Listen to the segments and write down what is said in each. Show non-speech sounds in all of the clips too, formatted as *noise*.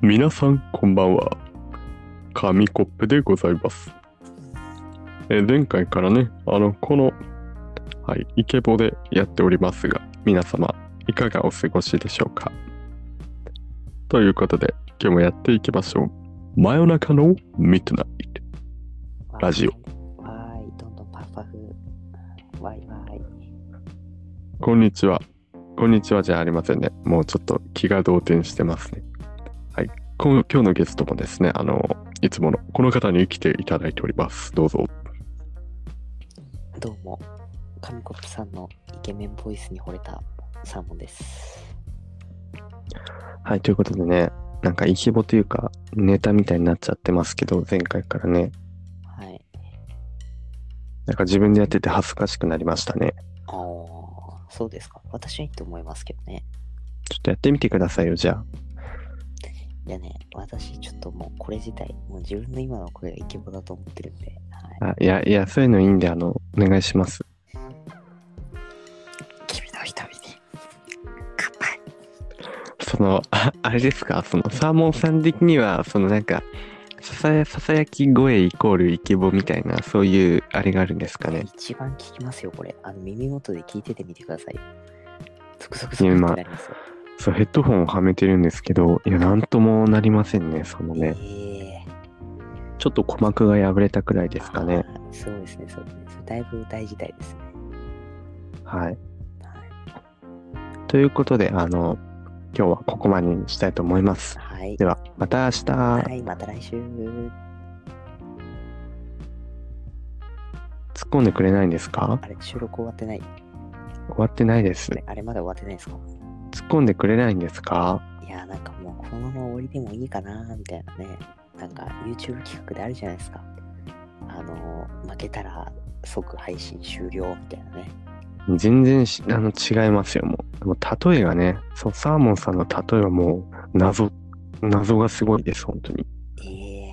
皆さんこんばんは紙コップでございますえー前回からねあのこのはいイケボでやっておりますが皆様いかがお過ごしでしょうかということで今日もやっていきましょう真夜中のミッドナイトラジオ。わーい、どんどんパフパフ。わいわーい。こんにちは。こんにちはじゃありませんね。もうちょっと気が動転してますね。はい。こん今日のゲストもですね、あの、いつものこの方に来ていただいております。どうぞ。どうも、神コップさんのイケメンボイスに惚れたサーモンです。はい、ということでね、なんかイケボというか、ネタみたいになっちゃってますけど、前回からね、はい。なんか自分でやってて恥ずかしくなりましたね。あー、そうですか。私はいいと思いますけどね。ちょっとやってみてくださいよ、じゃあ。いやね、私ちょっともうこれ自体、もう自分の今の声がイケボだと思ってるんで、はい。あ、いや、いや、そういうのいいんで、あの、お願いします。君の瞳に、乾杯。その、ああれですか、その、サーモンさん的には、そのなんか、ささや、ささやき声イコールイケボみたいな、そういう、あれがあるんですかね。一番聞きますよ、これ。あの、耳元で聞いててみてください。ゾクゾクゾクってなりますよ。そう、ヘッドホンをはめてるんですけど、いや、なんともなりませんね、そのね。ええー。ちょっと鼓膜が破れたくらいですかね。あー。そうですね、そうですね。それだいぶ大事態ですね。はい。はいということで、あの、今日はここまでにしたいと思います。はいで。は、また明日。はい、また来週。突っ込んでくれないんですかあれ、収録終わってない。終わってないですあ。れ、あれまだ終わってないですか突っ込んでくれないんですかいやー、なんかもう、このまま終わりでもいいかなーみたいなね。なんか、YouTube 企画であるじゃないですか。あのー負けたら即配信終了みたいなね。全然しあの違いますよ、もう。もう例えがね、そう、サーモンさんの例えはもう、謎、謎がすごいです、本当に。え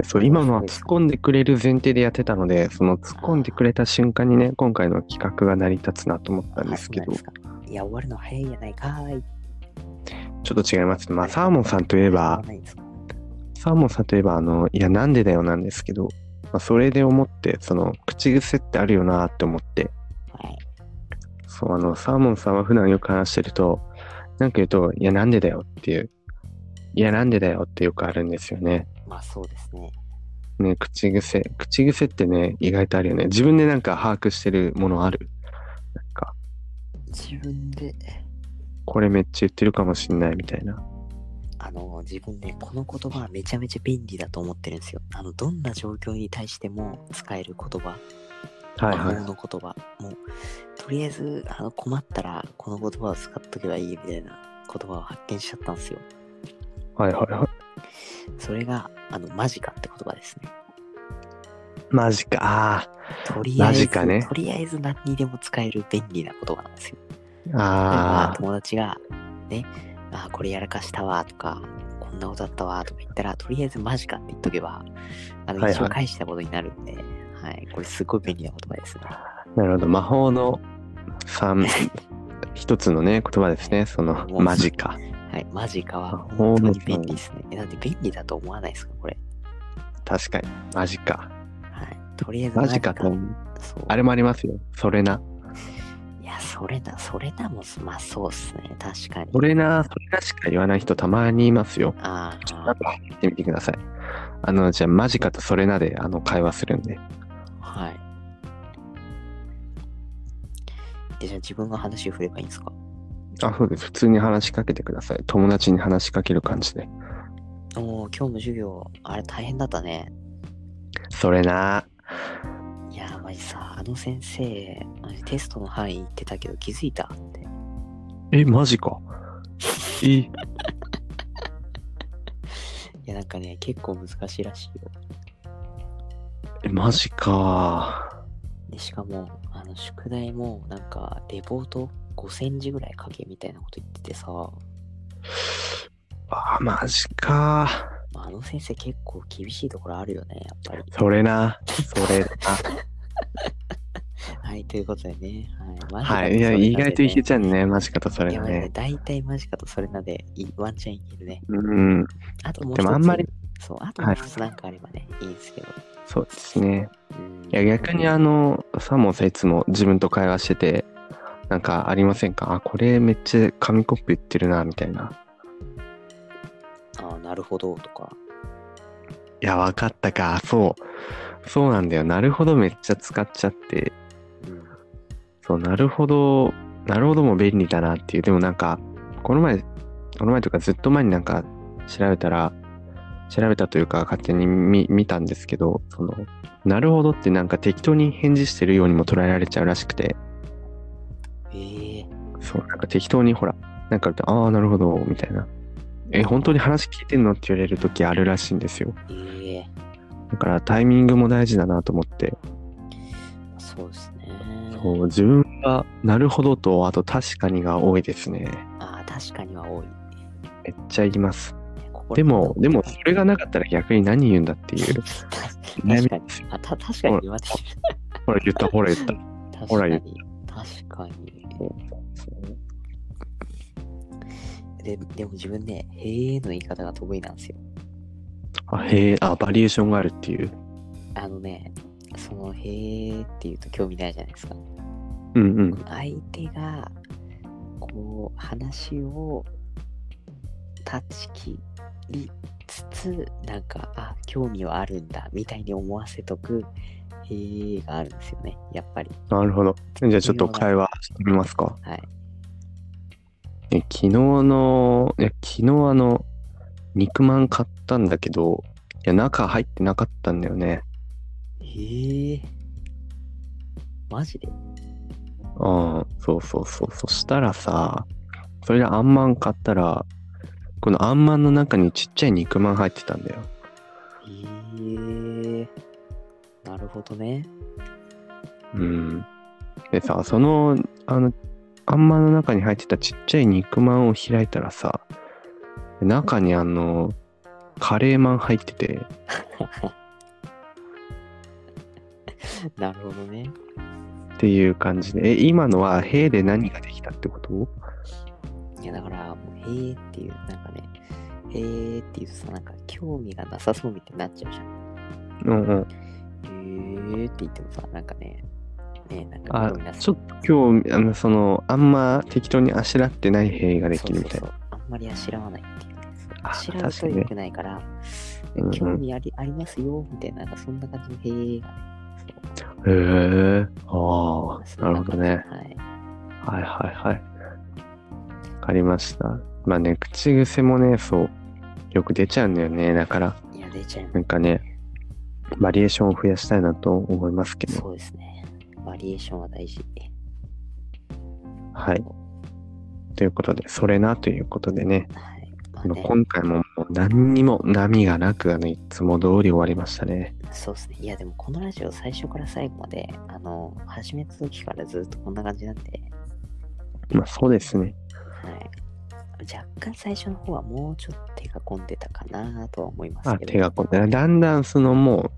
えそう、今のは突っ込んでくれる前提でやってたので、その突っ込んでくれた瞬間にね、今回の企画が成り立つなと思ったんー、はでいすそうけなんどで、すか。いや、終わるの早いやないかーい。ちょっと違いますね。まあ、サーモンさんといえば、ないんですかサーモンさんといえば、あの、いや、なんでだよなんですけど、まあ、それで思って、その、口癖ってあるよなって思って、はい。そう、あの、サーモンさんは普段よく話してると、なんか言うと、いや、なんでだよっていう、いや、なんでだよってよくあるんですよね。まあ、そうですね。ね、口癖、口癖ってね、意外とあるよね。自分でなんか把握してるものあるなんか、自分で、これめっちゃ言ってるかもしんないみたいな。あの自分ねこの言葉はめちゃめちゃ便利だと思ってるんですよあのどんな状況に対しても使える言葉はい魔はい法。の言葉もうとりあえずあの困ったらこの言葉を使っとけばいいみたいな言葉を発見しちゃったんですよはいはいはい。それがあのマジかって言葉ですねマジか。あーとりあえマず、ジかねとりあえず何にでも使える便利な言葉なんですよ例えばあー。友達がねあこれやらかしたわとかこんなことあったわとか言ったらとりあえずマジかって言っとけばあはいのはい一応返したことになるんで、はいこれすごい便利な言葉ですねなるほど。魔法の *laughs* 三一つのね、言葉ですね。その、もうマジか。はいマジかは魔本法当のに便利ですねえなんで便利だと思わないですかこれ確かに。マジか。はいとりあえずマジかと。そうあれもありますよ。それな。いやそれなそれなもまあそうっすね確かにそれな、それなしか言わない人たまにいますよ。あーなんか入ってみてください。あの、じゃあ、マジかとそれなで、あの、会話するんで。はいえじゃあ自分が話を振ればいいんですかあ、そうです。普通に話しかけてください。友達に話しかける感じで。おお今日も授業あれ大変だったねそれな。いやーマジさあの先生マジテストの範囲言ってたけど気づいたってえ、マジか。え、いやなんかね結構難しいらしいよえマジか。でしかもあの宿題もなんかレポート5センチぐらい書けみたいなこと言っててさ、まあ、マジか。あ、あの先生結構厳しいところあるよねやっぱりそれな。それな。はい、ということでね。はい、はい。いや、意外といけちちゃうね。マジ方そゃれいや、だまあねね。大体マジかとそれなんで、いいワンチャンいけるね。うん。あともうでも一つあんまり。そう、あともう一つなんかあればね、いいんですけど。そうですね。うんいや、逆にあの、サーモンさんいつも自分と会話してて、なんかありませんかあ、これめっちゃ紙コップ言ってるな、みたいな。ああ、なるほどとか。いや、わかったか。そう。そうなんだよ。なるほど、めっちゃ使っちゃって。うん。そう、なるほど、なるほども便利だなっていう。でもなんか、この前、この前とかずっと前になんか調べたら、調べたというか勝手に見見たんですけど、その、なるほどってなんか適当に返事してるようにも捉えられちゃうらしくて、ええそう、なんか適当にほら、なんか言うと、ああ、なるほど、みたいな。え、本当に話聞いてんのって言われる時あるらしいんですよ。ええだからタイミングも大事だなと思って、そうですね。そう、自分がなるほどと、あと確かにが多いですね。ああ、確かには多い。めっちゃ言います。ここでも、でも、それがなかかったら逆に何言うんだっていう。 *laughs* 確かに。あた確かに言われてる。ほら、言った、ほら、言った。確ほから言に。確かに。ででも自分ね、へえの言い方が得意なんですよ。あ、へえ、あ、バリエーションがあるっていう。あのね、そのへえって言うと興味ないじゃないですか。うんうん。相手が、こう、話を断ち切りつつ、なんか、あ、興味はあるんだ、みたいに思わせとく、へえがあるんですよね、やっぱり。なるほど。じゃあ、ちょっと会話してみますか。はい。え昨日の、いや、昨日あの、肉まん買ったんだけど、いや、中入ってなかったんだよね。へえ。マジでうん、そうそうそう。そしたらさ、それであんまん買ったら、このあんまんの中にちっちゃい肉まん入ってたんだよ。へえ。なるほどね。うん。でさ、その、あの、あんまんの中に入ってたちっちゃい肉まんを開いたらさ、中にあの、カレーまん入ってて、なるほどね。っていう感じで、え、今のは、へーで何ができたってこといや、だから、もうへえっていう、なんかね、へえっていうとさ、なんか興味がなさそうみたいになっちゃうじゃん。うんうん。へえって言ってもさ、なんかね、ねなんかあ興味な、さちょっと今日、あの、その、あんま適当にあしらってないへーができるみたいそな。うそうそうあんまりあしらわないっていうね。そうああしらう確かとにね良くないから、うんうん興味ありありますよ、みたいな、なんかそんな感じのへえがね。そうへえ。ああ、なるほどね。。はい。はいはいはい。わかりました。まあね、口癖もね、そう、よく出ちゃうんだよね。だから、いや、出ちゃいますなんかね、バリエーションを増やしたいなと思いますけど。そうですね。バリエーションは大事。はい。ということで、それなということでね、はい。まああのね、今回ももう何にも波がなく、あの、いつも通り終わりましたね。そうですね。いや、でもこのラジオ最初から最後まで、あの、始めた時からずっとこんな感じなんで、まあそうですね。はい。若干最初の方はもうちょっと手が込んでたかなとは思いますまあけど。手が込んで、だんだんそのも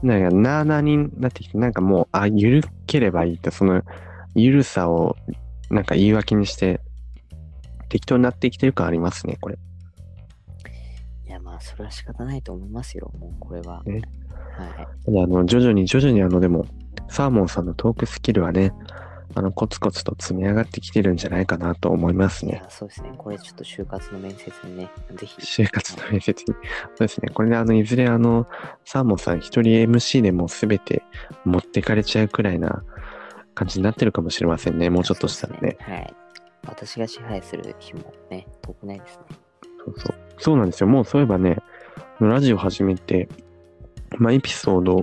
う、なんかなあなあになってきて、なんかもう、あ、緩ければいいって、その、緩さを、なんか言い訳にして、適当になってきてる感ありますね、これ。いや、まあ、それは仕方ないと思いますよ。もうこれは。ねはい。ただあの徐々に徐々にあのでもサーモンさんのトークスキルはねあのコツコツと積み上がってきてるんじゃないかなと思いますいね。や、そうですね。これちょっと就活の面接にね、ぜひ。就活の面接に。そうですね。これであのいずれあのサーモンさん一人 MC でもう全て持ってかれちゃうくらいな感じになってるかもしれませんね。もうちょっとしたらそうでね。すはい。私が支配する日もね、遠くないですね。そうそうそうなんですよ。もうそういえばね、あのラジオ始めて、まあ、エピソード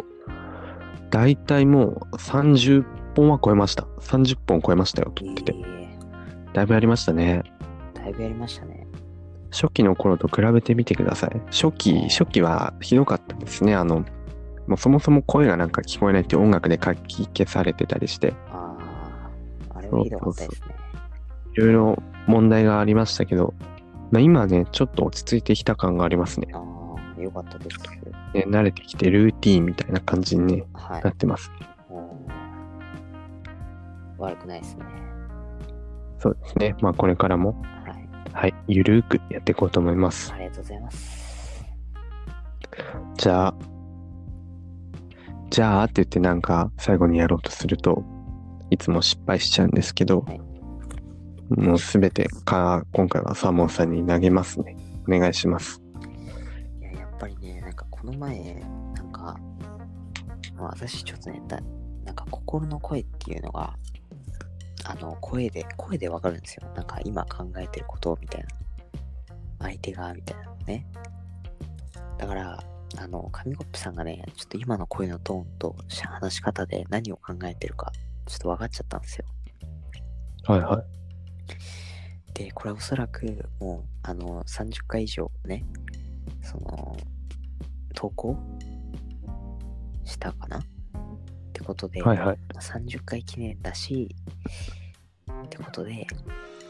だいたいもう30本は超えました。30本超えましたよ。撮ってて。えだいぶやりましたね。えだいぶやりましたね。初期の頃と比べてみてください。初期、初期はひどかったですね。あの、もうそもそも声がなんか聞こえないっていう音楽で書き消されてたりして、ああ、あれはひどかったですね。いろいろ問題がありましたけど、まあ、今はね、ちょっと落ち着いてきた感がありますね。ああ、よかったです。ね慣れてきてルーティーンみたいな感じにねはいなっ。てます。おー悪くないですね。そうですね。まあ、これからも、はい。はい、ゆるーくやっていこうと思います。ありがとうございます。じゃあ、じゃあって言ってなんか最後にやろうとするといつも失敗しちゃうんですけど、はいもうすべてか今回はサーモンさんに投げますね。お願いします。いや、やっぱりね、なんかこの前、なんか、まあ私ちょっとね、だなんか心の声っていうのが、あの、声で、声でわかるんですよ。なんか今考えてることみたいな。相手が、みたいなね。だから、あの、紙コップさんがね、ちょっと今の声のトーンとし話し方で何を考えてるか、ちょっと分かっちゃったんですよ。はいはい。で、これおそらくもう、あの、30回以上ね、その、投稿したかなってことで、はいはい。まあ30回記念だし、ってことで、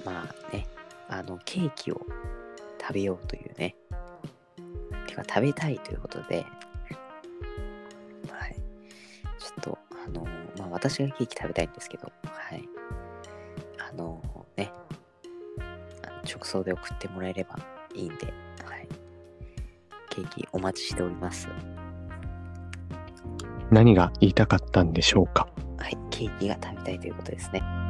まあね、あの、ケーキを食べようというね、てか食べたいということで、はい。ちょっと、あの、まあ私がケーキ食べたいんですけど、はい。あの、ね、あの直送で送ってもらえればいいんで、はい。ケーキお待ちしております。何が言いたかったんでしょうかはい、ケーキが食べたいということですね。は